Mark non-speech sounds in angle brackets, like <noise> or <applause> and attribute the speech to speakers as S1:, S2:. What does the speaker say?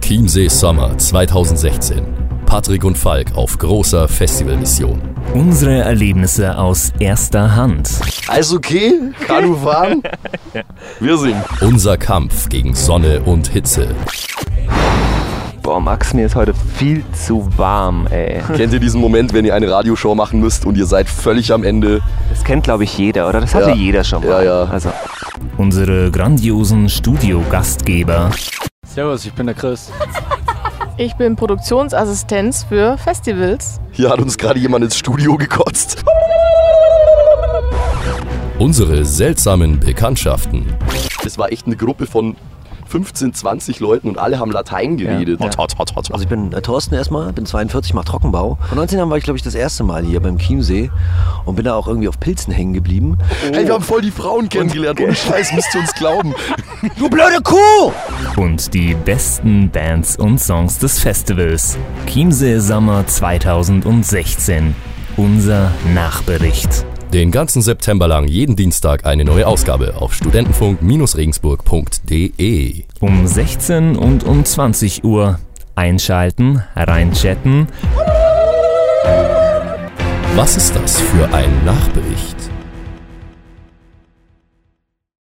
S1: Bodensee Sommer 2016. Patrick und Falk auf großer Festivalmission.
S2: Unsere Erlebnisse aus erster Hand.
S3: Alles okay? Kanu fahren? Wir singen.
S1: Unser Kampf gegen Sonne und Hitze.
S4: Boah, Max, mir ist heute viel zu warm, ey.
S3: Kennt ihr diesen Moment, wenn ihr eine Radioshow machen müsst und ihr seid völlig am Ende?
S4: Das kennt, glaube ich, jeder, oder? Das hatte
S3: Ja.
S4: jeder schon mal.
S3: Ja, ja.
S4: Also,
S2: Unsere grandiosen Studiogastgeber.
S5: Servus, ich bin der Chris.
S6: Ich bin Produktionsassistenz für Festivals.
S3: Hier hat uns gerade jemand ins Studio gekotzt.
S1: Unsere seltsamen Bekanntschaften.
S3: Es war echt eine Gruppe von 15, 20 Leuten und alle haben Latein geredet.
S7: Hot, hot, hot, hot. Also ich bin äh, Thorsten erstmal, bin 42, mach Trockenbau. Vor 19 Jahren war ich, glaube ich, das erste Mal hier beim Chiemsee und bin da auch irgendwie auf Pilzen hängen geblieben.
S3: Hey, wir haben voll die Frauen kennengelernt. Ohne Scheiß, müsst ihr uns glauben.
S7: <laughs> Du blöde Kuh!
S2: Und die besten Bands und Songs des Festivals. Chiemsee Sommer 2016. Unser Nachbericht.
S1: Den ganzen September lang jeden Dienstag eine neue Ausgabe auf studentenfunk-regensburg.de.
S2: Um 16 und um 20 Uhr. Einschalten, reinchatten.
S1: Was ist das für ein Nachbericht?